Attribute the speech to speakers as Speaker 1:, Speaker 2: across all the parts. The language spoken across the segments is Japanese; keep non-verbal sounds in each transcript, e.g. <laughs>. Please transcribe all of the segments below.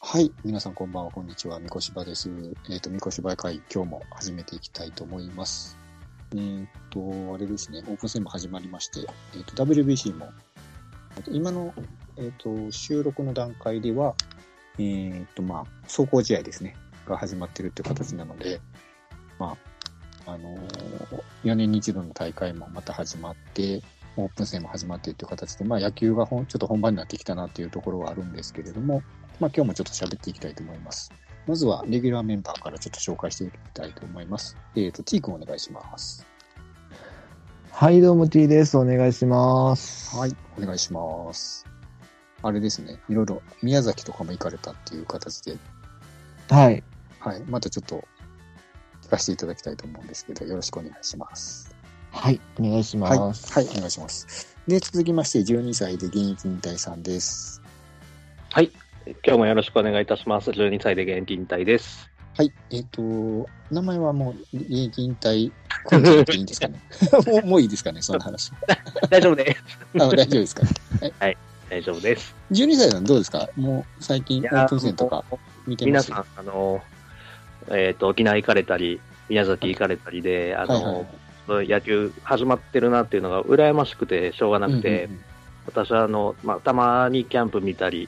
Speaker 1: はい。皆さんこんばんは、こんにちは。みこしばです。えっ、と、みこしば会、今日も始めていきたいと思います。えっ、と、あれですね、オープン戦も始まりまして、えっ、と、WBC も、えーと今の、えっ、と、収録の段階では、えっ、と、まあ、走行試合ですね、が始まってるって形なので、まあ、あの4年に一度の大会もまた始まって、オープン戦も始まってっていう形で、まあ、野球がほんちょっと本番になってきたなっていうところはあるんですけれども、まあ、今日もちょっと喋っていきたいと思います。まずは、レギュラーメンバーからちょっと紹介していきたいと思います。えっ、と、T 君お願いします。
Speaker 2: はい、どうも T です。お願いします。
Speaker 1: はい。、お願いします。あれですね、いろいろ宮崎とかも行かれたっていう形で、
Speaker 2: はい、
Speaker 1: はい、またちょっと聞かせていただきたいと思うんですけど、よろしくお願いします。
Speaker 2: はい、お願いし
Speaker 1: はい、
Speaker 2: ま
Speaker 1: は
Speaker 2: す。
Speaker 1: い、お願いします。で、続きまして、12歳で現役引退さんです。
Speaker 3: はい。今日もよろしくお願いいたします。12歳で現役引退です。
Speaker 1: はい、えっ、と、名前はもう、現役引退、コンチっていいんですかねもうもういいですかね、その話。
Speaker 3: 大丈夫です。
Speaker 1: あ大丈夫ですか
Speaker 3: <laughs> 大丈夫です。
Speaker 1: 12歳さんどうですかもう最近オープン戦とか
Speaker 3: も
Speaker 1: 見
Speaker 3: う
Speaker 1: てま
Speaker 3: 皆
Speaker 1: す
Speaker 3: さん、あの、えっ、と、沖縄行かれたり、宮崎行かれたりで、あ
Speaker 1: はいはいはい
Speaker 3: の、野球始まってるなっていうのが羨ましくてしょうがなくて、
Speaker 1: うんうんうん
Speaker 3: 私はあの、まあ、たまにキャンプ見たり、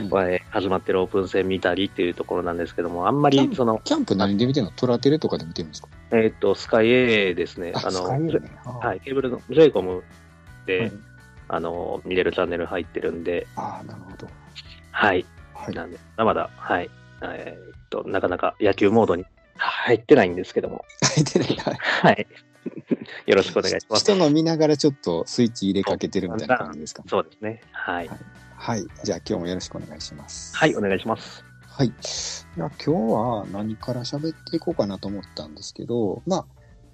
Speaker 1: うん
Speaker 3: えー始まってるオープン戦見たりっていうところなんですけども、あんまりその、
Speaker 1: キャンプ何で見てるのトラテレとかで見てるんですか
Speaker 3: えっ、と、スカイ A ですね。
Speaker 1: あ、
Speaker 3: の、
Speaker 1: 使えるね。。
Speaker 3: はいい、ケーブルの j イコムで、
Speaker 1: はい
Speaker 3: あの、見れるチャンネル入ってるんで、
Speaker 1: ああ、なるほど。
Speaker 3: はい。
Speaker 1: はい。
Speaker 3: なんで、まだまだ、はい。えーっと、なかなか野球モードに入ってないんですけども、
Speaker 1: 入ってない。はい
Speaker 3: はい。 <laughs> よろしくお願いします。
Speaker 1: 人の見ながらちょっとスイッチ入れかけてるみたいな感じですかね。
Speaker 3: そうですね。はい。
Speaker 1: はい。じゃあ今日もよろしくお願いします。
Speaker 3: はい、お願いします。
Speaker 1: はい。いや、今日は何から喋っていこうかなと思ったんですけど、ま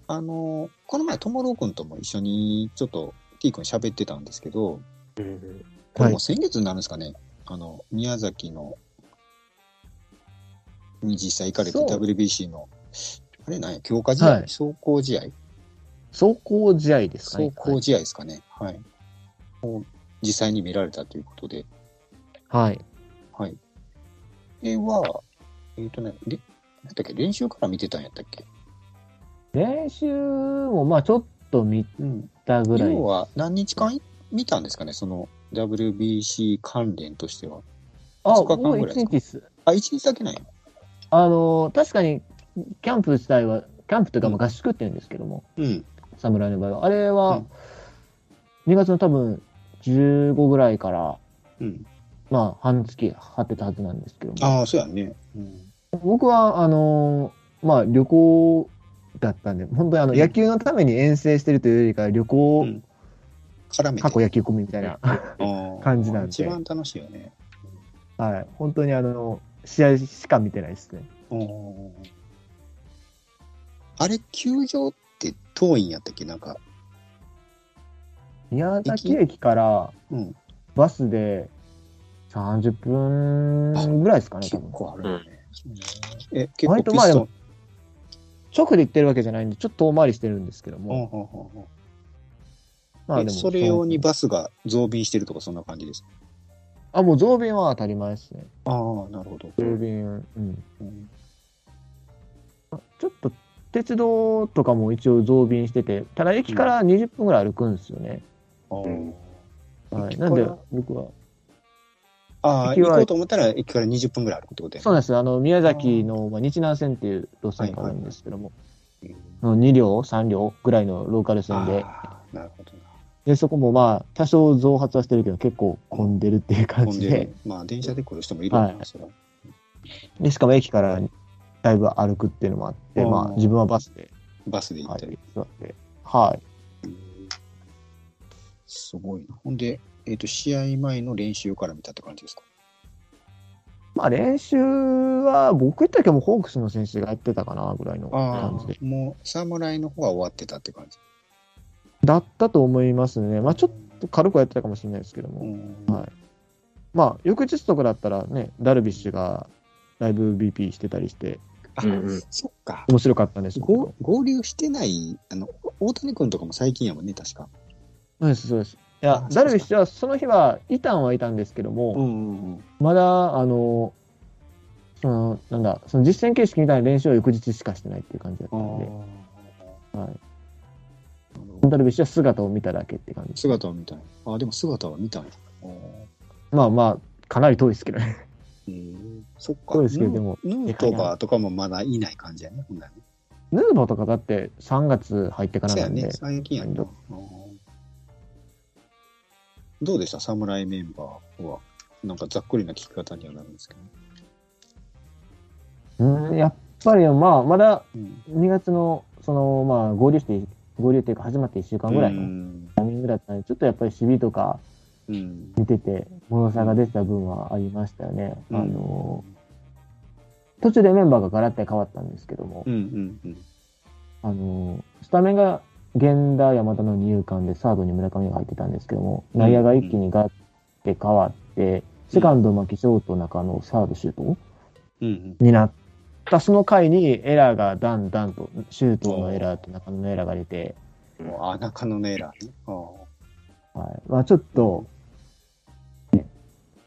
Speaker 1: あ、あの、この前、ともろうくんとも一緒にちょっと T 君喋ってたんですけど、
Speaker 3: うん
Speaker 1: これもう先月になるんですかね、あの宮崎のに実際行かれて
Speaker 2: そう
Speaker 1: WBC の、あれなんや、強化試合、
Speaker 2: はい
Speaker 1: 走行試合、
Speaker 2: 走行試合ですか
Speaker 1: 走
Speaker 2: ね。
Speaker 1: 行試合ですかね、はいを実際に見られたということで、
Speaker 2: はい。はい
Speaker 1: はい。これは、えっ、とね、でなんだっけ、練習から見てたんやったっけ、
Speaker 2: 練習も、まあちょっと見
Speaker 1: うん、
Speaker 2: たぐらい。
Speaker 1: 要は何日間い見たんですかね、その WBC 関連としては。
Speaker 2: あ、
Speaker 1: 二日間
Speaker 2: もう
Speaker 1: ぐらい
Speaker 2: 一
Speaker 1: ですか
Speaker 2: 日っす。
Speaker 1: あ、1日だけなんや。
Speaker 2: あの、確かに、キャンプ自体は、キャンプというか、ま
Speaker 1: うん
Speaker 2: あ合宿って言うんですけども、
Speaker 1: うん。
Speaker 2: 侍の場合は。あれ
Speaker 1: う
Speaker 2: は
Speaker 1: ん、
Speaker 2: 2月の多分、15ぐらいから、
Speaker 1: うん、
Speaker 2: まあ半月張ってたはずなんですけども。
Speaker 1: ああ、そうやね。うん
Speaker 2: 僕は、あの、まあ旅行だったんで、本当にあの、
Speaker 1: うん
Speaker 2: 野球のために遠征してるというよりか、旅行、
Speaker 1: うん絡めて
Speaker 2: 過去野球コミみたいな、感じなんで
Speaker 1: 一番楽しいよね。
Speaker 2: はい、本当にあの、試合しか見てないですね。
Speaker 1: あれ、球場って遠いんやったっけなんか、
Speaker 2: 宮崎駅から
Speaker 1: うん、
Speaker 2: バスで30分ぐらいですかね、
Speaker 1: 結
Speaker 2: 多分。
Speaker 1: 構あるよね。え、結構
Speaker 2: 割と
Speaker 1: ピ
Speaker 2: まあ
Speaker 1: ス
Speaker 2: で
Speaker 1: トン
Speaker 2: も。、直で行ってるわけじゃないんで、ちょっと遠回りしてるんですけど
Speaker 1: うん
Speaker 2: も。
Speaker 1: うんうんうん
Speaker 2: まあ
Speaker 1: え
Speaker 2: でも。
Speaker 1: それ用にバスが増便してるとか、そんな感じです。
Speaker 2: あ、もう増便は当たり前ですね。
Speaker 1: ああ、なるほど。
Speaker 2: 増便、うん。
Speaker 1: うん
Speaker 2: ちょっと鉄道とかも一応増便してて、ただ駅から20分ぐらい歩くんですよね。
Speaker 1: あー
Speaker 3: うん
Speaker 2: はい。
Speaker 1: 駅
Speaker 2: な
Speaker 1: から
Speaker 2: んで僕は。
Speaker 1: あー、
Speaker 2: 駅は
Speaker 1: 行こうと思ったら駅から20分ぐらい歩くってことやね
Speaker 2: そうなんです。あの、宮崎の、まあ、日南線っていう路線があるんですけども、2両、3両ぐらいのローカル線で、
Speaker 1: ああ、なるほどな。
Speaker 2: で、そこもまあ、多少増発はしてるけど、結構混んでるっていう感
Speaker 1: 混ん
Speaker 2: じ
Speaker 1: で
Speaker 2: で、
Speaker 1: る。まあ、電車で来る人もいるよ
Speaker 2: は
Speaker 1: ね、
Speaker 2: い
Speaker 1: それは
Speaker 2: で、しかも駅からだいぶ歩くっていうのもあって、
Speaker 1: うん
Speaker 2: まあ、自分はバスで、
Speaker 1: バスで行
Speaker 2: は
Speaker 1: っ
Speaker 2: い、
Speaker 1: たり
Speaker 2: 行。くわけで。はい。
Speaker 1: すごいな。ほんで、えっと試合前の練習から見たって感じですか。
Speaker 2: まあ、練習は、僕行った時はもうホークスの選手がやってたかな、ぐらいの感じで。
Speaker 1: もう侍の方は終わってたって感じ。
Speaker 2: だったと思いますね。まあ、ちょっと軽くはやってたかもしれないですけども。
Speaker 1: うん
Speaker 2: はい。まあ、翌日とかだったらね、ダルビッシュがライブ BP してたりして、
Speaker 1: あ
Speaker 3: うんうん
Speaker 1: そっか。
Speaker 2: 面白かったんですけ
Speaker 1: ご
Speaker 2: ど。
Speaker 1: 合流してない、あの、大谷君とかも最近やもんね、確か。
Speaker 2: そうです、そうです。い
Speaker 1: あそう
Speaker 2: や
Speaker 1: で、すか
Speaker 2: ダルビッシュはその日は、いたんはいたんですけども、
Speaker 1: んうんうん。
Speaker 2: まだ、あの、その、なんだ、その実戦形式みたいな練習を翌日しかしてないっていう感じだったんで、ダルビッシュは姿を見ただけって感じ。
Speaker 1: 姿は見たい。あ、でも姿は見たい。あー
Speaker 2: まあまあ、かなり遠いですけどね。 <laughs>
Speaker 1: えーそっか。
Speaker 2: そうですけ
Speaker 1: ヌ
Speaker 2: ど
Speaker 1: ー
Speaker 2: でも
Speaker 1: ヌートバーとかもまだいない感じやね、ほんならね
Speaker 2: ヌーボーとかだって3月入ってから
Speaker 1: そう
Speaker 2: な
Speaker 1: や
Speaker 2: んで、
Speaker 1: ね、最近やね。うんどうでした侍メンバーは。なんかざっくりな聞き方にはなるんですけど。
Speaker 2: うん、やっぱりまあ、まだ
Speaker 1: うん。
Speaker 2: 2月の、その、まあ、合流して、合流っていうか始まって1週間ぐらいうの
Speaker 1: ん。
Speaker 2: タイミングだったんで、ちょっとやっぱり守備とか
Speaker 1: うん。
Speaker 2: 見てて、物差が出てた分はありましたよね。あの、途中でメンバーがガラッて変わったんですけども、
Speaker 1: うんうんうん。
Speaker 2: あの、スタメンが源田、山田の二遊間で、サードに村上が入ってたんですけども、
Speaker 1: うん
Speaker 2: 内野が一気にガッて変わって、セカンド、牧、ショート、中野、サード、シュート
Speaker 1: うんうん。
Speaker 2: になった、その回にエラーがだんだんと、シュートのエラーと中野のエラーが出て、
Speaker 1: もうあ、中野のエラーね。あー
Speaker 2: はい、まあちょっと、ね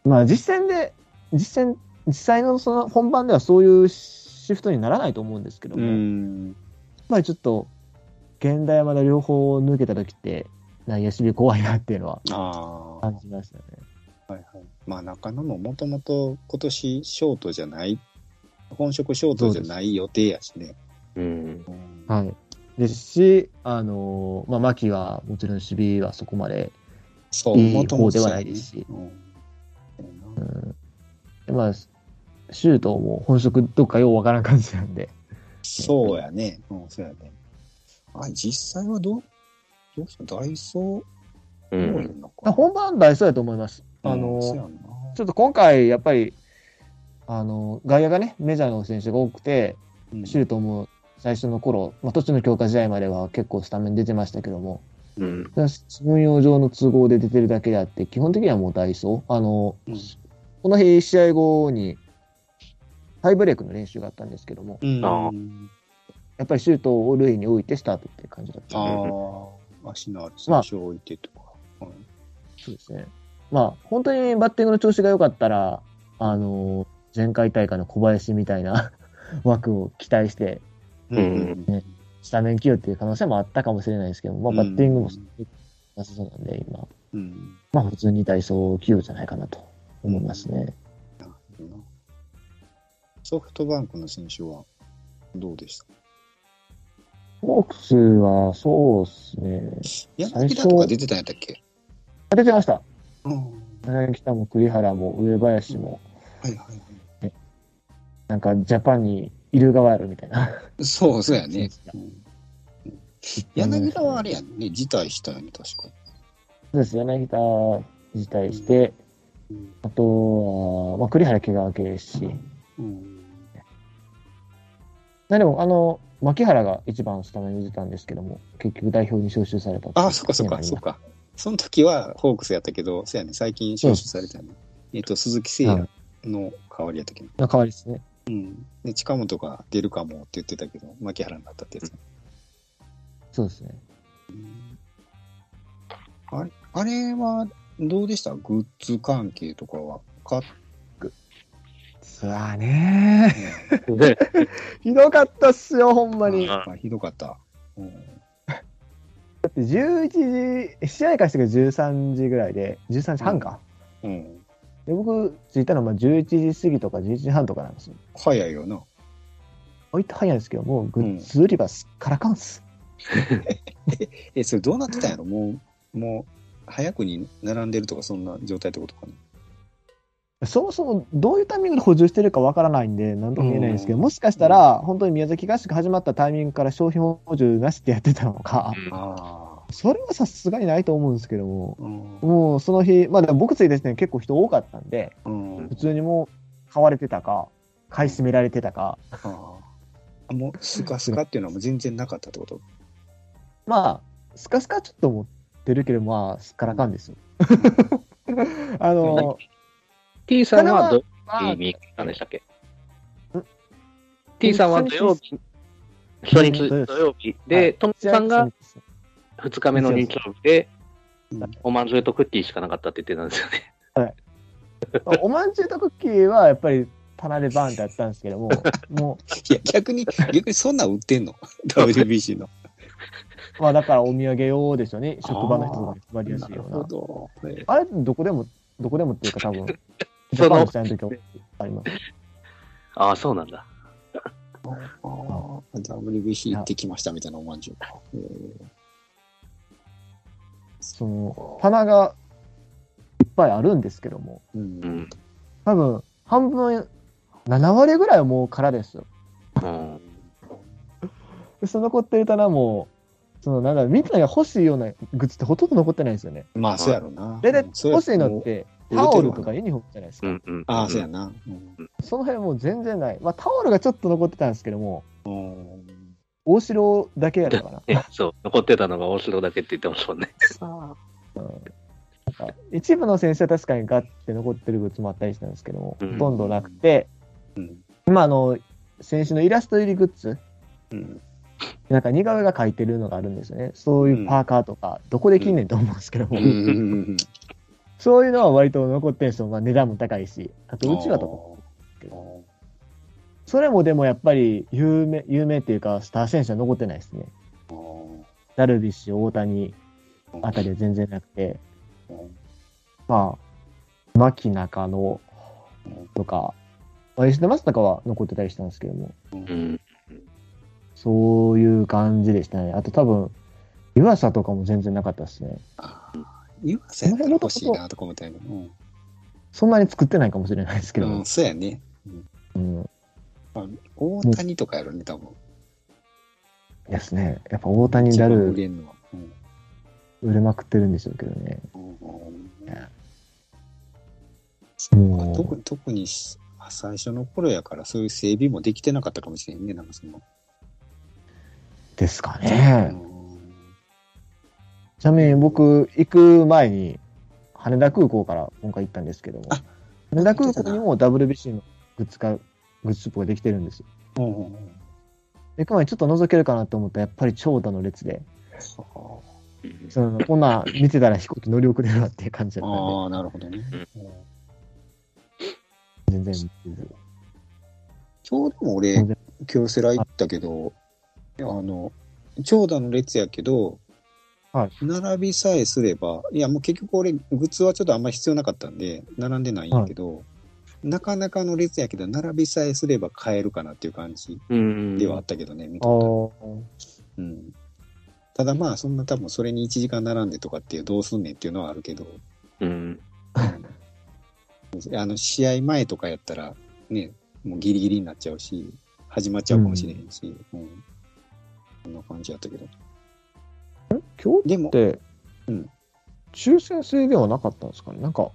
Speaker 2: まあ実戦で、実戦、実際のその本番ではそういうシフトにならないと思うんですけど
Speaker 1: う
Speaker 2: も、
Speaker 1: ん。
Speaker 2: やっぱりちょっと、現代まで両方を抜けた時って、内野守備怖いなっていうのは
Speaker 1: ああ。
Speaker 2: 感じましたね。
Speaker 1: まあ中野ももともと今年ショートじゃない、本職ショートじゃない予定やしね。
Speaker 3: うん。
Speaker 1: うん
Speaker 2: はい。ですし、あのーまあ、牧はもちろん守備はそこまで、
Speaker 1: そう、
Speaker 2: いい
Speaker 1: もともとそうやね
Speaker 2: 方ではないですし
Speaker 1: うん
Speaker 2: う
Speaker 1: そ
Speaker 2: ん、でまあ、シュートも本職どっかようわからん感じなんで、
Speaker 1: うやね。うん、そうやね。あ、実際はどう、どうしたダイソ
Speaker 3: う
Speaker 1: ー多い
Speaker 3: ん。
Speaker 1: のか。
Speaker 2: まあ本番大そうだと思います。あ
Speaker 1: う
Speaker 2: の
Speaker 1: ん
Speaker 2: ー
Speaker 1: そうやん
Speaker 2: ちょっと今回、やっぱり、あの、外野がね、メジャーの選手が多くて、
Speaker 1: な
Speaker 2: シュートも最初の頃、まあ、途中の強化試合までは結構スタメン出てましたけども、
Speaker 3: うん。
Speaker 2: 運用上の都合で出てるだけであって、基本的にはもうダイソー。あの、
Speaker 1: うん
Speaker 2: この日、試合後に、タイブレークの練習があったんですけども、
Speaker 1: うん。
Speaker 3: あ
Speaker 2: やっぱりシュートを塁に置いてスタートっていう感じだった
Speaker 1: あ
Speaker 2: んで、
Speaker 1: あ、足のある選手を置いてとか。うん
Speaker 2: そうですね。まあ、本当にバッティングの調子が良かったら、あの、前回大会の小林みたいな <laughs> 枠を期待して
Speaker 1: うん
Speaker 2: ねスタメン起用っていう可能性もあったかもしれないですけど、まあ、バッティングもなさそうなんで、今、
Speaker 1: うん。
Speaker 2: まあ、普通にダイソー起用じゃないかなと思いますね。
Speaker 1: なるほどなソフトバンクの選手はどうでした
Speaker 2: ホークスは、そうですね。
Speaker 1: 柳田とか出てたんやったっけ
Speaker 2: あ出てました。
Speaker 1: うん。
Speaker 2: 北も栗原も上林も、
Speaker 1: はいはいは
Speaker 2: なんかジャパンにいる側やるみたいな。
Speaker 1: い。そう、そうやね。
Speaker 2: そう
Speaker 1: うん柳田はあれやんね、辞退したよね、確か。
Speaker 2: です。柳田辞退して、あとは、まあ、栗原怪我明けですし、
Speaker 1: うん。
Speaker 2: なでも、あの、牧原が一番スタメンに出てたんですけども、結局代表に招集されたっていう
Speaker 1: あ、そっかそっ
Speaker 2: 経緯が
Speaker 1: か
Speaker 2: り
Speaker 1: そっ
Speaker 2: ま
Speaker 1: か。その時はホークスやったけど、そうやね、最近招集されたよね。えっと、鈴木誠也の代わりやったっけど、
Speaker 2: すの代わりですね。
Speaker 1: で、近本が出るかもって言ってたけど、牧原になったってやつ。
Speaker 2: そうですね。
Speaker 1: あれあれはどうでしたグッズ関係とかは買っ
Speaker 2: ツアーね
Speaker 1: て、
Speaker 3: で、
Speaker 2: ひどかったっすよ、ほんまに。だ
Speaker 1: あひどかった。うん
Speaker 2: って11時、試合開始が13時ぐらいで、13時半か。
Speaker 1: うん。
Speaker 2: で、僕、着いたのはまあ11時過ぎとか11時半とかなんですよ。
Speaker 1: 早いよな。
Speaker 2: おいと早いんですけど、もうグッズ売り場すっからかんっす。
Speaker 1: え、それどうなってたんやろもう、もう、早くに並んでるとか、そんな状態ってことかね。
Speaker 2: そもそもどういうタイミングで補充してるかわからないんで、なんとも言えないんですけど、もしかしたら、本当に宮崎合宿始まったタイミングから商品補充なしってやってたのか、
Speaker 1: ああ。
Speaker 2: それはさすがにないと思うんですけども、
Speaker 1: うん。
Speaker 2: もうその日、まあでも僕ついですね、結構人多かったんで、
Speaker 1: うん
Speaker 2: 普。通にもう買われてたか買い占められてたか
Speaker 1: ああ。もう、スカスカっていうのはもう全然なかったってこと
Speaker 2: まあスカスカちょっと持ってるけどまあすっからかん <laughs> ですよ <laughs>
Speaker 3: <laughs>
Speaker 2: あの
Speaker 3: T さんは土
Speaker 2: ま
Speaker 3: 曜
Speaker 2: あ
Speaker 3: 日に行ったんでしたっけ
Speaker 2: ん
Speaker 3: ?T さんは土曜日、初日土曜日
Speaker 2: は
Speaker 3: で、トムさんが2日目の
Speaker 2: そうで
Speaker 3: 日
Speaker 2: す
Speaker 3: 曜日で
Speaker 1: うん、
Speaker 3: おまんじゅうとクッキーしかなかったって言ってたんですよね。
Speaker 2: おまんじゅうとクッキーはやっぱり棚でバーンってやったんですけど <laughs> も、も
Speaker 1: いや、逆に、逆にそんなん売ってんの ?WBC の。
Speaker 2: う、まあだからお土産用ですよね。職場の人とかに配りやすいような。
Speaker 1: ど。え
Speaker 2: あれ、どこでも、どこでもっていうか多 <laughs> 分、ジャパンの試合の時はあります。
Speaker 3: <laughs> ああ、そうなんだ。
Speaker 1: あー WBC 行ってきましたみたいなおまんじゅうか。えー
Speaker 2: その、棚がいっぱいあるんですけども、
Speaker 1: う。
Speaker 3: うんん。
Speaker 2: 多分、半分、7割ぐらいはもう空ですよ。
Speaker 3: うん。
Speaker 2: でその残ってる棚も、そのなんだろう、みんなが欲しいようなグッズってほとんど残ってないんですよね。
Speaker 1: まあ、そうやろな。
Speaker 2: で、で
Speaker 1: うんそうや
Speaker 2: 欲しいのって、
Speaker 1: もう
Speaker 2: タオルとかユニフォームじゃないですか。
Speaker 3: うんうん。
Speaker 1: ああ、そうやな。うん
Speaker 2: その辺もう全然ない。まあ、タオルがちょっと残ってたんですけども、
Speaker 1: うん
Speaker 2: 大城だけやったかな。 <laughs>
Speaker 3: ねそう、残ってたのが大城だけって言ってますもんね。
Speaker 2: なんか一部の選手は確かにガッて残ってるグッズもあったりしたんですけども、
Speaker 3: うん
Speaker 2: ほとんどなくて、
Speaker 1: うん
Speaker 2: 今あの、選手のイラスト入りグッズ、
Speaker 1: うん
Speaker 2: なんか似顔絵が描いてるのがあるんですよね。そういうパーカーとか、どこで切んねんと思うんですけども、
Speaker 1: うんうん
Speaker 2: そういうのは割と残ってるんですよ。まあ、値段も高いし、あとうちわとか。
Speaker 1: あー
Speaker 2: それもでもやっぱり有名、有名っていうか、スター選手は残ってないですね。
Speaker 1: あー
Speaker 2: ダルビッシュ、大谷あたりは全然なくて、
Speaker 1: うん
Speaker 2: まあ、牧中野とか、まあ、吉田正尚は残ってたりしたんですけども、
Speaker 3: うん。
Speaker 2: そういう感じでしたね。あと多分、湯浅とかも全然なかったですね。
Speaker 1: 今さやったら欲しいなとか思ったけど。うん
Speaker 2: そんなに作ってないかもしれないですけど
Speaker 1: う
Speaker 2: も
Speaker 1: ん、、そうやね。
Speaker 2: うん
Speaker 1: 大谷とかやろね、多分。
Speaker 2: ですね。やっぱ大谷ダ
Speaker 1: 一番売
Speaker 2: ル
Speaker 1: れんのは。うん
Speaker 2: 売れまくってるんでしょうけどね。
Speaker 1: うん
Speaker 2: もう
Speaker 1: 特に特にし最初の頃やからそういう整備もできてなかったかもしれんねなんかその、
Speaker 2: ですかね。
Speaker 1: うん
Speaker 2: ちなみに僕、行く前に、羽田空港から今回行ったんですけども
Speaker 1: あ、
Speaker 2: 羽田空港にも WBC のグッズか、グッズショップができてるんですよ。
Speaker 1: うんうんうん
Speaker 2: で、行く前にちょっと覗けるかなと思ったら、やっぱり長蛇の列で、そのこんなん見てたら飛行機乗り遅れるわっていう感じだったん
Speaker 1: ああなるほどね、うん
Speaker 2: で、全然見てず
Speaker 1: 今日でも俺京セラ行ったけどいやあの長蛇の列やけど、
Speaker 2: はい
Speaker 1: 並びさえすればいやもう結局俺グッズはちょっとあんまり必要なかったんで並んでないんやけど、なかなかの列やけど並びさえすれば買えるかなっていう感じ
Speaker 3: うん。
Speaker 1: ではあったけどね、見
Speaker 2: あ
Speaker 1: とったら
Speaker 2: ー
Speaker 1: うんただまあそんな多分それに1時間並んでとかっていうどうすんねんっていうのはあるけど
Speaker 3: うん。
Speaker 1: あの試合前とかやったらねもうギリギリになっちゃうし始まっちゃうかもしれへんし、うんそんな感じやったけど
Speaker 2: 今日
Speaker 1: でも
Speaker 2: って、
Speaker 1: うん
Speaker 2: 抽選制ではなかったんですかねなんか、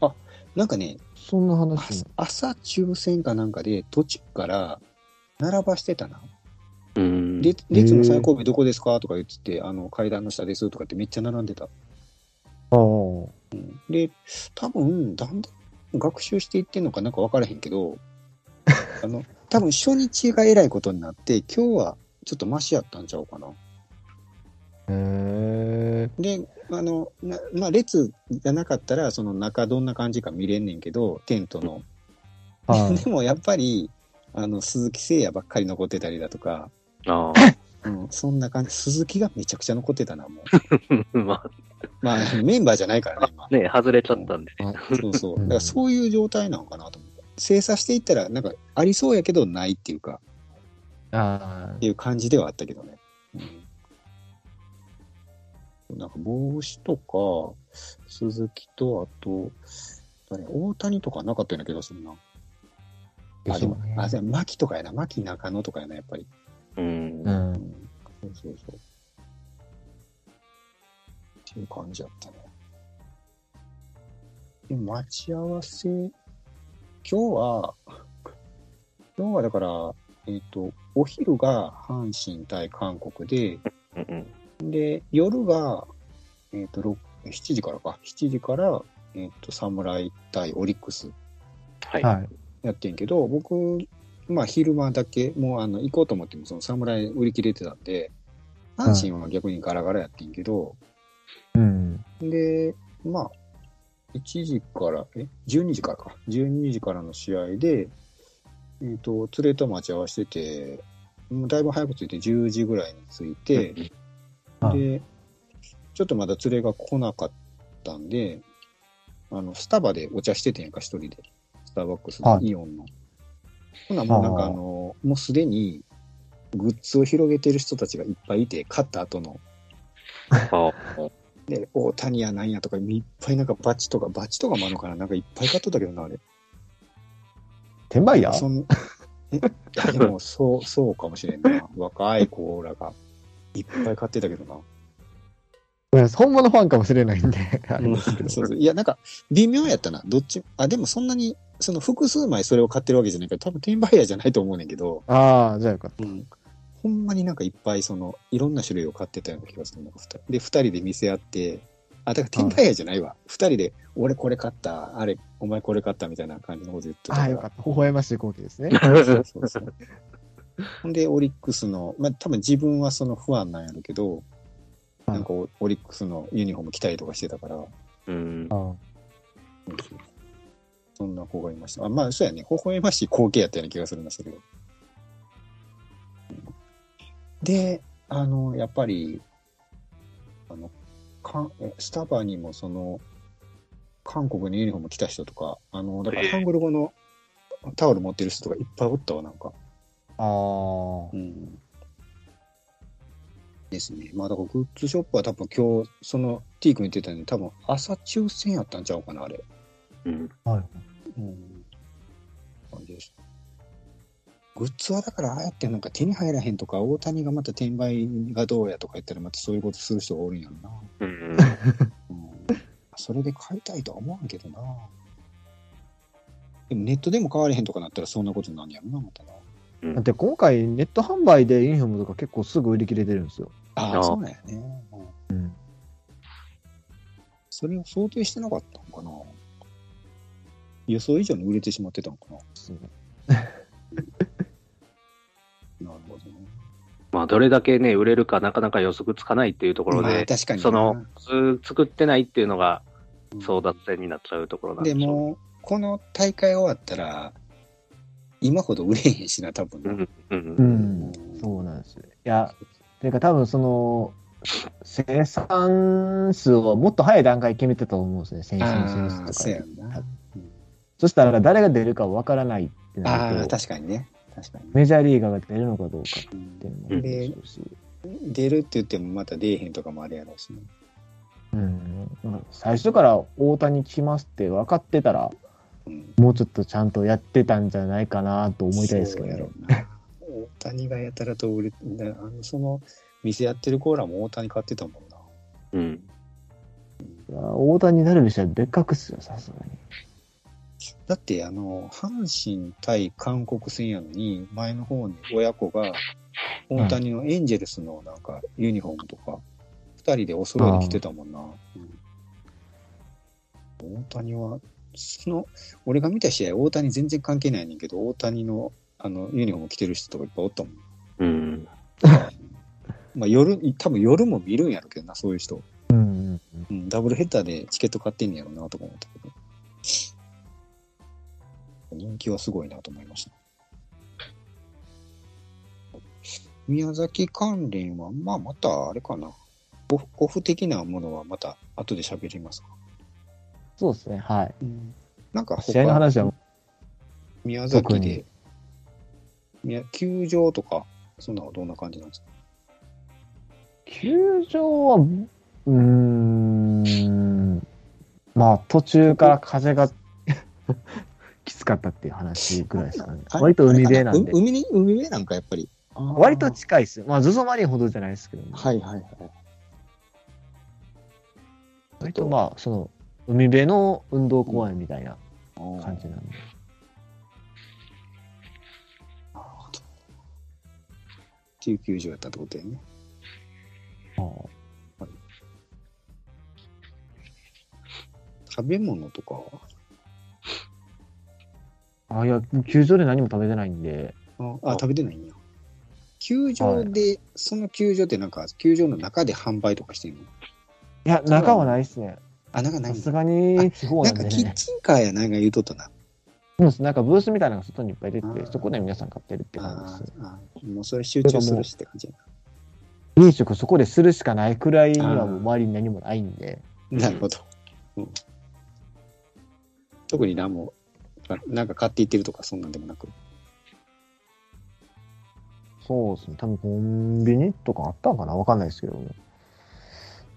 Speaker 1: なんかね
Speaker 2: そんな
Speaker 1: あ
Speaker 2: 話も
Speaker 1: 朝抽選かなんかで途中から並ばしてたな
Speaker 3: うん。
Speaker 1: で列の最後尾どこですかとか言っててあの階段の下ですとかってめっちゃ並んでた
Speaker 2: あー
Speaker 1: で、多分だんだん学習していってんのかなんか分からへんけど、あの、多分初日がえらいことになって、今日はちょっとマシやったんちゃうかな。
Speaker 2: へ
Speaker 1: で、あの、なまあ、列じゃなかったら、その中どんな感じか見れんねんけど、テントの。
Speaker 2: ー <laughs> はい
Speaker 1: <laughs> でもやっぱり、あの、鈴木誠也ばっかり残ってたりだとか、
Speaker 3: あ
Speaker 1: うん、そんな感じ。鈴木がめちゃくちゃ残ってたな、もう。
Speaker 3: あ。 <laughs> ま
Speaker 1: まあ、メンバーじゃないからね、今
Speaker 3: あ。ね、外れちゃったんでね。
Speaker 1: そうそう。だからそういう状態なのかなと思って。精査していったら、なんかありそうやけどないっていうか、
Speaker 2: あ
Speaker 1: っていう感じではあったけどね。うん、なんか帽子とか、鈴木と、あと、誰大谷とかなかったような気がするな。
Speaker 2: ー
Speaker 1: あ、でも
Speaker 2: そうね、
Speaker 1: あ、じゃ牧とかやな。牧中野とかやな、やっぱり。
Speaker 3: うん
Speaker 2: う。ん
Speaker 1: そうそうそう。っていう感じだったね。で、待ち合わせ、今日は、今日はだから、えっ、と、お昼が阪神対韓国で、
Speaker 3: うん。
Speaker 1: で、夜が、えっ、と、ろく7時からか、7時から、えっ、と、侍対オリックス
Speaker 3: はい。
Speaker 2: はい。
Speaker 1: やってんけど、僕、まあ昼間だけ、もうあの行こうと思っても、その侍売り切れてたんで、阪神は逆にガラガラやってんけど、
Speaker 2: うん。
Speaker 1: で、まあ、1時から、え、12時からか、12時からの試合で、えっ、と、連れと待ち合わせてて、もうだいぶ早く着いて、10時ぐらいに着いて、
Speaker 2: はい
Speaker 1: で、ちょっとまだ連れが来なかったんで、あの、スタバでお茶しててんやんか、一人で。スターバックスの
Speaker 2: はい
Speaker 1: イオンの。ほな、もうなんかあの、もうすでに、グッズを広げてる人たちがいっぱいいて、勝った後の、
Speaker 3: あ
Speaker 1: で、大谷やなんやとか、いっぱいなんかバッチとか、バッチとかもあるのかな、なんかいっぱい買っとったけどな、あれ。
Speaker 2: 転売屋
Speaker 1: そんえ <laughs> でもそう、そうかもしれんな。若い子らがいっぱい買ってたけどな。
Speaker 2: ごめんなさい本物ファンかもしれないんで、 <laughs> あれですけど。
Speaker 1: <laughs> そうそういや、なんか、微妙やったな。どっち、あ、でもそんなに、その複数枚それを買ってるわけじゃないから、多分転売屋じゃないと思うねんけど、
Speaker 2: ああ、じゃあよかっ
Speaker 1: ほんまになんかいっぱい、その、いろんな種類を買ってたような気がするな。二人で、二人で見せ合って、あ、だから転売屋じゃないわ。二人で、俺これ買った、あれ、お前これ買ったみたいな感じのこと言って
Speaker 2: た。
Speaker 1: たか
Speaker 2: あ
Speaker 1: ら。
Speaker 2: あ、よかった。微笑ましい光景ですね。
Speaker 1: <laughs> そうそうそう。ほんで、オリックスの、まあ、多分自分はその不安なんやろうけど、なんかオオリックスのユニフォーム着たりとかしてたから、
Speaker 3: うん
Speaker 2: ああ
Speaker 1: そんな子がいました。あまあ、そうやね。微笑ましい光景やったような気がするな、それは。で、あの、やっぱり、あの、かんえスタバにもその、韓国のユニフォーム着た人とか、あの、だからハングル語のタオル持ってる人とかいっぱいおったわ、なんか。
Speaker 2: あー。
Speaker 1: うんですね。まあだからグッズショップは多分今日、その T 君言ってたように多分朝抽選やったんちゃうかな、あれ。
Speaker 3: うん
Speaker 2: はい。
Speaker 1: うん。感じです。グッズはだからああやってなんか手に入らへんとか、大谷がまた転売がどうやとか言ったらまたそういうことする人がおるんやろな。
Speaker 3: うん
Speaker 1: うん。それで買いたいとは思わんけどな。でもネットでも買われへんとかなったらそんなことになんやろな、またな。
Speaker 2: だって今回ネット販売でユニフォームとか結構すぐ売り切れてるんですよ。
Speaker 1: あ
Speaker 3: あ
Speaker 1: あ、
Speaker 3: あ
Speaker 1: そうだよね。うん
Speaker 2: うん。
Speaker 1: それを想定してなかったのかな予想以上に売れてしまってたのかななるほどね。
Speaker 3: まあ、どれだけね、売れるかなかなか予測つかないっていうところ
Speaker 1: ま
Speaker 3: で
Speaker 1: あ、、確かにな
Speaker 3: その、普通作ってないっていうのが
Speaker 1: うん
Speaker 3: 争奪戦になっちゃうところなん
Speaker 1: で
Speaker 3: でしょ
Speaker 1: も、この大会終わったら、今ほど売れへんしな、多分
Speaker 3: う。
Speaker 1: な。
Speaker 3: う。
Speaker 2: うんん、そうなんですよ。いや、ていうか多分その、生産数をもっと早い段階に決めてたと思うんですね、先進選
Speaker 1: あ
Speaker 2: 手
Speaker 1: あ、
Speaker 2: とか
Speaker 1: そうや
Speaker 2: で。
Speaker 1: んな。
Speaker 2: そしたら誰が出るかわからないってな
Speaker 1: あ
Speaker 2: る
Speaker 1: あ、
Speaker 2: と、
Speaker 1: 確かにね。確かにね。
Speaker 2: メジャーリーガーが出るのかどうかっていうのもあるでしょうし、
Speaker 1: 出るって言ってもまた出えへんとかもあれやろうしね。
Speaker 2: うん、まあ最初から大谷来ますって分かってたら、
Speaker 1: うん
Speaker 2: もうちょっとちゃんとやってたんじゃないかなと思いたいですけど
Speaker 1: そうや
Speaker 2: ね
Speaker 1: ろ。うな。大谷がやたらと売れ、なあのその、店やってるコーラも大谷買ってたもんな。
Speaker 3: うん。
Speaker 2: いや大谷、ダルビッシュは別格っすよ、さすがに。
Speaker 1: だって、あの、阪神対韓国戦やのに、前の方に親子が、大谷のエンジェルスのなんか、ユニフォームとか、二人でお揃いで着てたもんな。うん大谷は、その、俺が見た試合、大谷全然関係ないねんけど、大谷の、あの、ユニフォーム着てる人とかいっぱいおったもん。
Speaker 3: うん。
Speaker 1: まあ、夜、多分夜も見るんやろけどな、そういう人。
Speaker 2: うんうんうん
Speaker 1: うん、ダブルヘッダーでチケット買ってんねやろうな、とか思ったけど。人気はすごいなと思いました。宮崎関連は、まあ、またあれかな。オフオフ的なものはまた後で喋りますか。
Speaker 2: そうですね、はい。
Speaker 1: なんか
Speaker 2: 試合の
Speaker 1: 他、
Speaker 2: 話はも
Speaker 1: 宮
Speaker 2: 特
Speaker 1: 崎で
Speaker 2: に、
Speaker 1: 宮球場とか、そんなのはどんな感じなんですか
Speaker 2: う、球場は、うーん、まあ途中から風が <laughs> きつかったっていう話ぐらいですかね。
Speaker 1: あ
Speaker 2: 割と海辺なん
Speaker 1: あ
Speaker 2: で
Speaker 1: う。海に海辺なんかやっぱり。
Speaker 2: 割と
Speaker 1: あー
Speaker 2: 近いですよ。まあ、ゾゾマリンほどじゃないですけども、
Speaker 1: はいはいはい。
Speaker 2: 割とまあ、その、海辺の運動公園みたいな
Speaker 1: 感
Speaker 2: 感じなんで。
Speaker 1: なるほど。っていう球場やったってことやね。
Speaker 2: あ
Speaker 1: 食べ物とかは
Speaker 2: ああ、いや、球場で何も食べてないんで、
Speaker 1: ああ、食べてないんや。球場で、その球場ってなんか、球場の中で販売とかしてんの
Speaker 2: いや、中はないですね。
Speaker 1: あ、なんかない
Speaker 2: さ
Speaker 1: ん
Speaker 2: す
Speaker 1: だ。
Speaker 2: がに地方
Speaker 1: な
Speaker 2: なん
Speaker 1: か
Speaker 2: んで
Speaker 1: キッ
Speaker 2: ね。
Speaker 1: チンカーやなんか言うとったな。
Speaker 2: そうです。なんかブースみたいなのが外にいっぱい出て
Speaker 1: あ
Speaker 2: て、
Speaker 1: ー
Speaker 2: そこで皆さん買ってるって感
Speaker 1: あ
Speaker 2: じです。
Speaker 1: ーあー、もうそれ集中するしって感じや
Speaker 2: 飲食そこでするしかないくらいにはもう周りに何もないんで、
Speaker 3: うん
Speaker 1: な。なるほど。うん特に何も、あなんか買っていってるとか、そんなんでもなく。
Speaker 2: そうですね。多分コンビニとかあったのかなわかんないですけども。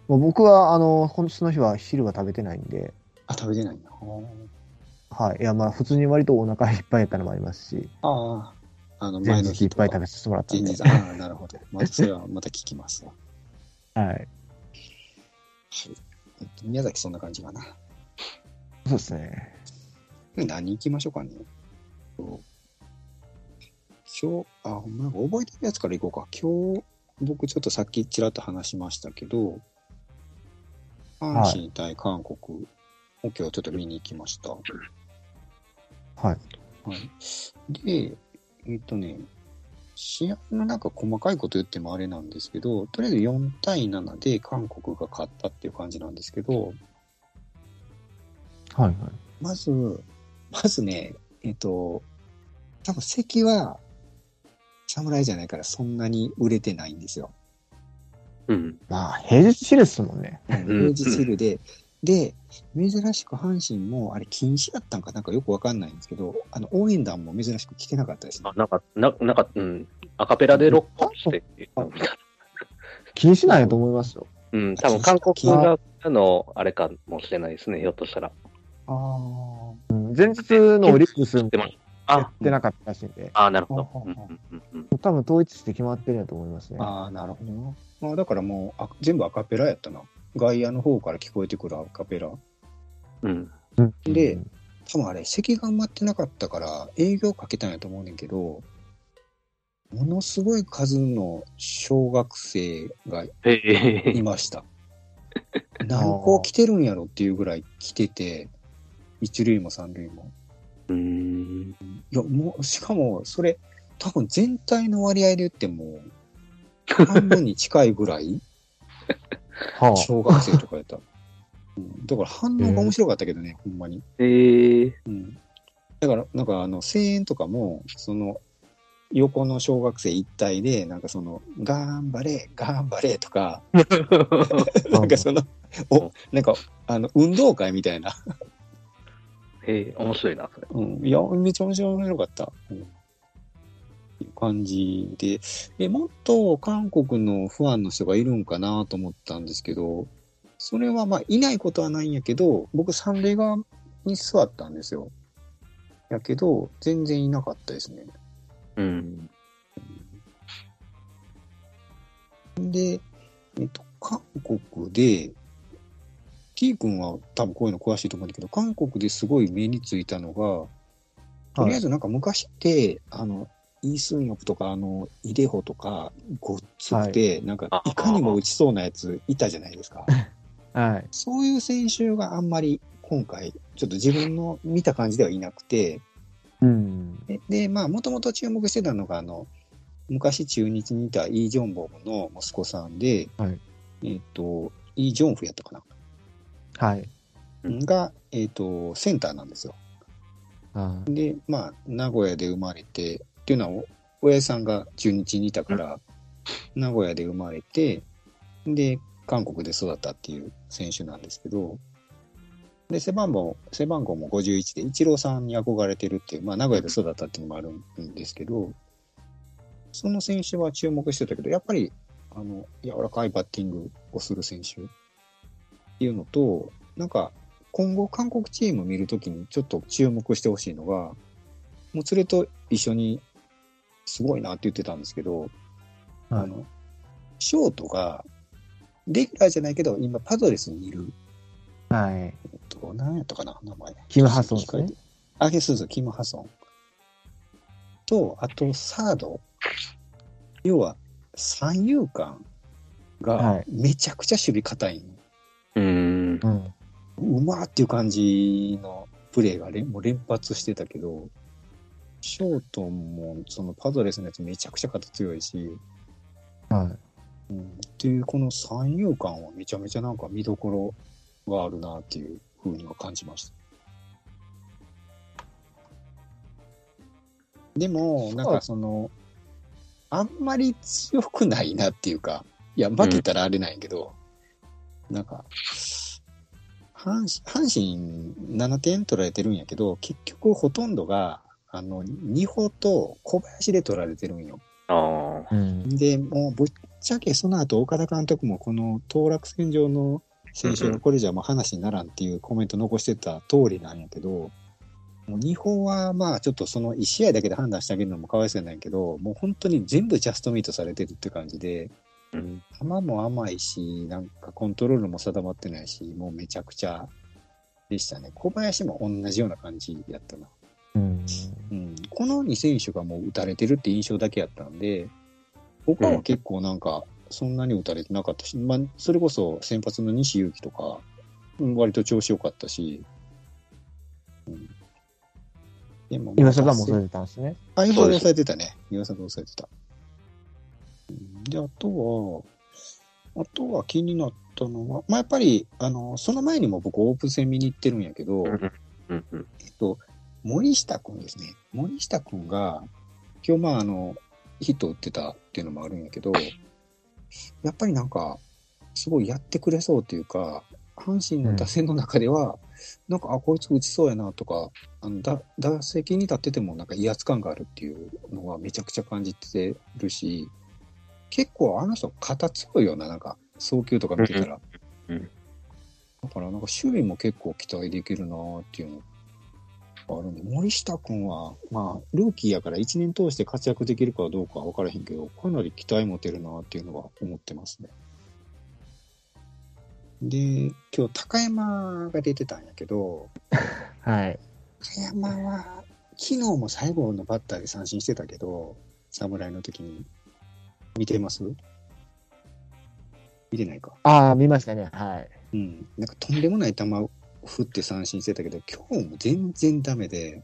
Speaker 2: まあ僕は、あの、本日の日は昼は食べてないんで、
Speaker 1: あ、食べれないな。
Speaker 2: はい。いや、まあ、普通に割とお腹いっぱいやったのもありますし、
Speaker 1: あーあー、あの、
Speaker 2: 前
Speaker 1: 前の
Speaker 2: 日
Speaker 1: 日
Speaker 2: いっぱい食
Speaker 1: べ
Speaker 2: べさせてもらった
Speaker 1: 前
Speaker 2: んで
Speaker 1: 日、。ああ、なるほど。またそれはまた聞き
Speaker 2: <laughs>
Speaker 1: ますわ。
Speaker 2: はい。
Speaker 1: えっと宮崎、そんな感じかな。
Speaker 2: そうですね。
Speaker 1: 何行きましょうかね。そう今日、あ、ほんまなんか覚えてるやつから行こうか。今日、僕ちょっとさっきちらっと話しましたけど、阪神対韓国を今日ちょっと見に行きました。は
Speaker 2: はい。
Speaker 1: い。で、えっとね、試合のなんか細かいこと言ってもあれなんですけど、とりあえず4対7で韓国が勝ったっていう感じなんですけど、
Speaker 2: はい、はい。
Speaker 1: まず、まずね、えっと、多分関は、侍じゃないからそんなに売れてないんですよ。
Speaker 3: うん。
Speaker 2: まあ、平日昼ですもんね。
Speaker 1: 平日昼で、で、珍しく阪神も、あれ禁止だったんかなんかよくわかんないんですけど、あの、応援団も珍しく来てなかったですね
Speaker 3: あ。なんか、ななんか、うん。アカペラでロックして、
Speaker 2: 気にしないと思いますよ。
Speaker 3: うん。多分韓国が、あの、あれかもしれないですね。ひょっとしたら。
Speaker 1: ああ。
Speaker 2: うん前日のオリックス
Speaker 3: 知
Speaker 2: も
Speaker 3: ってま
Speaker 2: や
Speaker 3: しあ
Speaker 2: ってなかったらしいんで、
Speaker 3: ああ、なるほど
Speaker 1: ほう。
Speaker 3: う
Speaker 1: ほうんほう
Speaker 3: うんうん
Speaker 2: 多分統一して決まってるんやと思いますね。
Speaker 1: ああ、なるほどな。まあ、だからもうあ、全部アカペラやったな。外野の方から聞こえてくるアカペラ。
Speaker 3: うんうん。
Speaker 2: うん
Speaker 1: で多分あれ席が埋まってなかったから営業かけたんやと思うねんけどものすごい数の小学生が
Speaker 3: へ
Speaker 1: い
Speaker 3: え。
Speaker 1: ました何校来てるんやろっていうぐらい来てて一塁も三塁も
Speaker 3: うーん。
Speaker 1: いやもうしかもそれ多分全体の割合で言っても半分に近いぐらい
Speaker 2: はあ、
Speaker 1: 小学生とかや <laughs> った、うんだから反応が面白かったけどね、ほんまに
Speaker 3: へえ。
Speaker 1: うんだから、なんかあの、声援とかも、その、横の小学生一体で、なんかその、頑張れ、頑張れと <laughs> か、なんかその、お、なんか、あの、運動会みたいな。
Speaker 3: へえ、面白いな、それ。
Speaker 1: うん。いや、めちゃめちゃ面白かった。うん。っていう感じで、え、もっと韓国のファンの人がいるんかなと思ったんですけど、それはまあ、いないことはないんやけど、僕三塁側に座ったんですよ。やけど、全然いなかったですね。
Speaker 3: うん。
Speaker 1: で、えっと、韓国で、T 君は多分こういうの詳しいと思うんだけど、韓国ですごい目についたのが、とりあえずなんか昔って、あの、イ・スンヨプとか、あの、イデホとか、ごっつくて、なんか、いかにも打ちそうなやついたじゃないですか。
Speaker 2: はい。
Speaker 1: そういう選手があんまり今回、ちょっと自分の見た感じではいなくて、
Speaker 2: うん。
Speaker 1: でで、まあ、もともと注目してたのが、あの、昔中日にいたイ・ジョンボムの息子さんで、
Speaker 2: はい
Speaker 1: えっ、と、イ・ジョンフやったかな、
Speaker 2: はい。
Speaker 3: うん
Speaker 1: が、えっ、と、センターなんですよ。
Speaker 2: あ
Speaker 1: で、まあ、名古屋で生まれて、っていうのはお、親さんが中日にいたから、名古屋で生まれて、で、韓国で育ったっていう選手なんですけど、で、背番号、背番号も51で、イチローさんに憧れてるっていう、まあ、名古屋で育ったっていうのもあるんですけど、その選手は注目してたけど、やっぱり、あの、柔らかいバッティングをする選手っていうのと、なんか、今後韓国チーム見るときにちょっと注目してほしいのが、もつれと一緒にすごいなって言ってたんですけど、あの、ショートが、レギュラーじゃないけど、今パドレスにいる、
Speaker 2: はい。
Speaker 1: えっと、何やったかな、名前。
Speaker 2: キムハソンですね
Speaker 1: 控えて。あ、そうそう、キム・ハソン。と、あと、サード。要は、三遊間
Speaker 2: は
Speaker 1: が
Speaker 2: い、
Speaker 1: めちゃくちゃ守備硬いの、
Speaker 3: うん。
Speaker 2: うん。
Speaker 1: うまーっていう感じのプレーがれもう連発してたけど、ショートもそのパドレスのやつめちゃくちゃ肩強いし、
Speaker 2: はい。
Speaker 1: うん、っていうこの三遊間はめちゃめちゃなんか見どころがあるなっていうふうには感じました。でも、なんかその、あんまり強くないなっていうか、いや、負けたらあれなんやけど、なんか、阪神、阪神7点取られてるんやけど、結局ほとんどが、あの、二歩と小林で取られてるんよ。
Speaker 3: ああ。
Speaker 2: うん。
Speaker 1: で、もうぶっちゃけその後、岡田監督もこの当落線上の選手
Speaker 3: うんう
Speaker 1: が
Speaker 3: ん
Speaker 1: これじゃもう話にならんっていうコメント残してた通りなんやけど、もう日本はまあちょっとその1試合だけで判断してあげるのもかわいそうなんやけど、もう本当に全部ジャストミートされてるって感じで、
Speaker 3: うん。
Speaker 1: 球も甘いし、なんかコントロールも定まってないし、もうめちゃくちゃでしたね。小林も同じような感じやったな。
Speaker 2: うん。
Speaker 1: うん、この2選手がもう打たれてるって印象だけやったんで、他は結構なんか、そんなに打たれてなかったし、まあ、それこそ先発の西勇輝とか、うん割と調子良かったし、うんでも、
Speaker 2: 今坂も抑えてたんですね。
Speaker 1: あ、岩佐で抑えてたね。岩佐で抑えてた。うんで、あとは、あとは気になったのは、まあ、やっぱり、あの、その前にも僕オープン戦見に行ってるんやけど、
Speaker 3: うんうんうん。
Speaker 1: えっと、森下君ですね。森下君が、今日、まあ、あの、ヒット打ってたっていうのもあるんやけど、やっぱりなんか、すごいやってくれそうというか、阪神の打線の中では、なんか、あ、こいつ打ちそうやなとか、あのだ打席に立ってても、なんか威圧感があるっていうのはめちゃくちゃ感じてるし、結構あの人、肩強いよな、なんか、送球とか見てたら。
Speaker 3: うんうんうん
Speaker 1: だから、なんか、守備も結構期待できるなっていうのあるんで、森下君は、まあ、ルーキーやから1年通して活躍できるかどうかは分からへんけど、かなり期待持てるなっていうのは思ってますね。で、今日、高山が出てたんやけど、
Speaker 2: はい。
Speaker 1: 高山は、昨日も最後のバッターで三振してたけど、侍の時に。見てます見てないか。
Speaker 2: ああ、見ましたね。はい。
Speaker 1: うん。なんかとんでもない球を振って三振してたけど、今日も全然ダメで、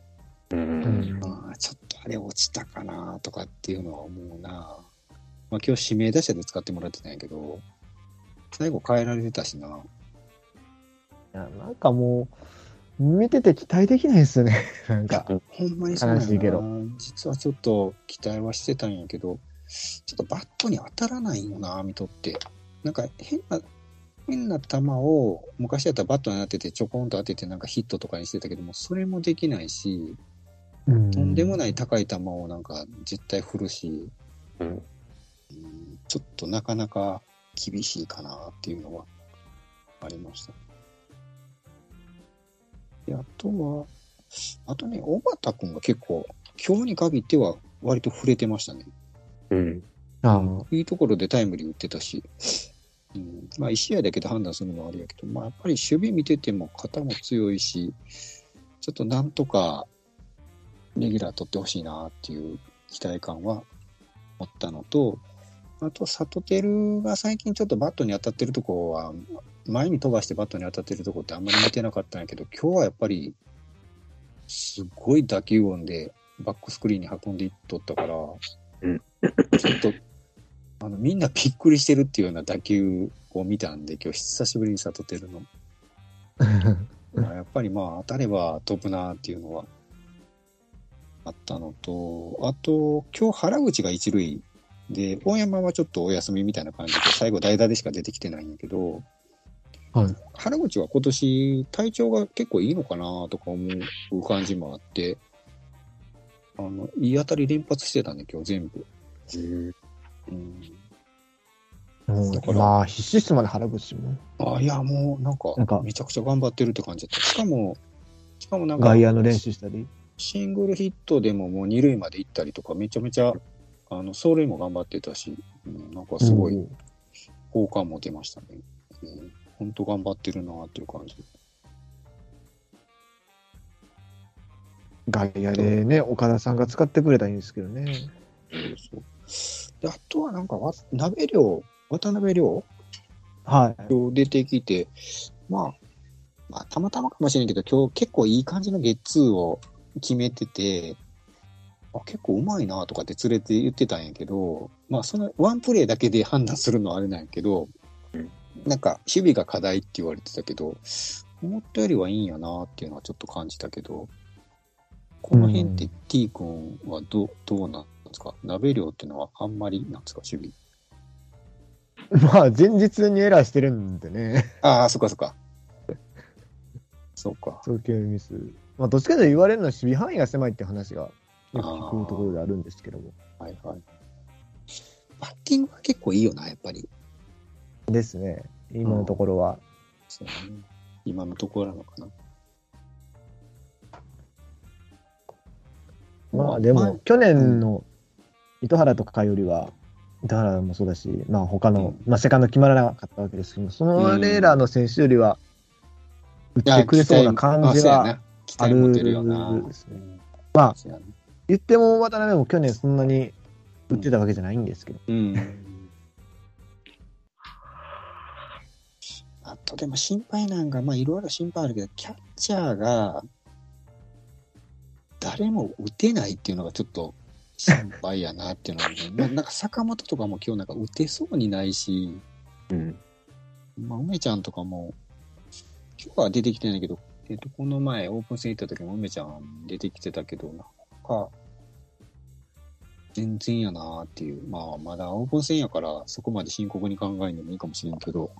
Speaker 3: うん。うん。
Speaker 1: まあ、ちょっとあれ落ちたかなとかっていうのは思うな。まあ、今日指名打者で使ってもらってたんやけど、最後変えられてたしな。
Speaker 2: いやなんかもう、見てて期待できないですよね。 <laughs> なんか。
Speaker 1: ほんまにそうなんやな
Speaker 2: 悲しいけど
Speaker 1: 実はちょっと期待はしてたんやけど、ちょっとバットに当たらないよな、見とって。なんか変な、変な球を昔やったらバットに当ててちょこんと当ててなんかヒットとかにしてたけども、それもできないし、とんでもない高い球をなんか絶対振るし、
Speaker 3: うん。
Speaker 1: うんちょっとなかなか厳しいかなっていうのはありました。であとは、あとね、小畑君が結構、今日に限っては割と触れてましたね。
Speaker 3: うん。
Speaker 2: あの
Speaker 1: いいところでタイムリー打ってたし、うん、まあ1試合だけで判断するのはあれやけど、まあやっぱり守備見てても肩も強いし、ちょっとなんとかレギュラー取ってほしいなっていう期待感は持ったのと、あと、サトテルが最近ちょっとバットに当たってるとこは、前に飛ばしてバットに当たってるとこってあんまり見てなかったんやけど、今日はやっぱり、すごい打球音でバックスクリーンに運んでいっとったから、
Speaker 3: うん
Speaker 1: ちょっとあの、みんなびっくりしてるっていうような打球を見たんで、今日久しぶりに悟ってるの。まあやっぱりまあ当たれば飛ぶなっていうのはあったのと、あと、今日原口が一塁で、大山はちょっとお休みみたいな感じで、最後代打でしか出てきてないんやけど、
Speaker 2: はい
Speaker 1: 原口は今年体調が結構いいのかなとか思う感じもあって、あの、いい当たり連発してたんで、今日全部。うん
Speaker 2: も
Speaker 1: だか
Speaker 2: う
Speaker 1: ら
Speaker 2: まあ、必死ですまで原口も。
Speaker 1: あいや、もうなんか
Speaker 2: なんか、
Speaker 1: めちゃくちゃ頑張ってるって感じだった。しかも、しかもなんか
Speaker 2: 外、野の練習したり。
Speaker 1: シングルヒットでももう二塁まで行ったりとか、めちゃめちゃ、あの、走塁も頑張ってたし、うん、なんかすごい
Speaker 2: うん
Speaker 1: 好感も出ましたね。うん、本当頑張ってるなっていう感じ。
Speaker 2: 外野でね、岡田さんが使ってくれたらいいんですけどね。
Speaker 1: そうであとはなんかわ、鍋量、渡辺量
Speaker 2: はい。
Speaker 1: 今日出てきて、まあ、まあ、たまたまかもしれんけど、今日結構いい感じのゲッツーを決めてて、あ結構うまいなとかって連れて言ってたんやけど、まあ、そのワンプレーだけで判断するのはあれなんやけど
Speaker 3: うん、
Speaker 1: なんか、守備が課題って言われてたけど、思ったよりはいいんやなっていうのはちょっと感じたけど、この辺っ
Speaker 2: う
Speaker 1: て
Speaker 2: ん
Speaker 1: T 君はどどうなんですか鍋量っていうのはあんまりなんですか守備。
Speaker 2: <laughs> まあ、前日にエラーしてるんでね、
Speaker 1: ああ、そっかそっか。そうか。
Speaker 2: 東京ミス。まあ、どっちかというと言われるのは守備範囲が狭いって話がよく聞くところであるんですけども。
Speaker 1: はいはい。バッティングは結構いいよな、やっぱり。
Speaker 2: ですね、今のところは。
Speaker 1: そうね、今のところなのかな。
Speaker 2: まあで
Speaker 1: まあ
Speaker 2: も、去年の糸原とかよりは、糸原もそうだし、まあ他の、まあセカンド決まらなかったわけですけども、そのレーラーの選手よりは、打っ
Speaker 1: いや
Speaker 2: てくれそうな感じは、
Speaker 1: 期待あそうやな期待持てるよ
Speaker 2: あ
Speaker 1: な
Speaker 2: るですね
Speaker 1: うん
Speaker 2: まあ
Speaker 1: そうやね
Speaker 2: 言っても渡辺も去年そんなに打ってたわけじゃないんですけど、
Speaker 1: うん。 <laughs> あとでも心配なんか、まあいろいろ心配あるけど、キャッチャーが誰も打てないっていうのがちょっと心配やなっていうのは、ね、ななんか坂本とかも今日なんか打てそうにないし、
Speaker 3: うん。
Speaker 1: まあ、梅ちゃんとかも、今日は出てきてないけど、えっと、この前オープン戦行った時も梅ちゃん出てきてたけど、なんか、全然やなーっていう。まあ、まだオープン戦やから、そこまで深刻に考えんでもいいかもしれんけど、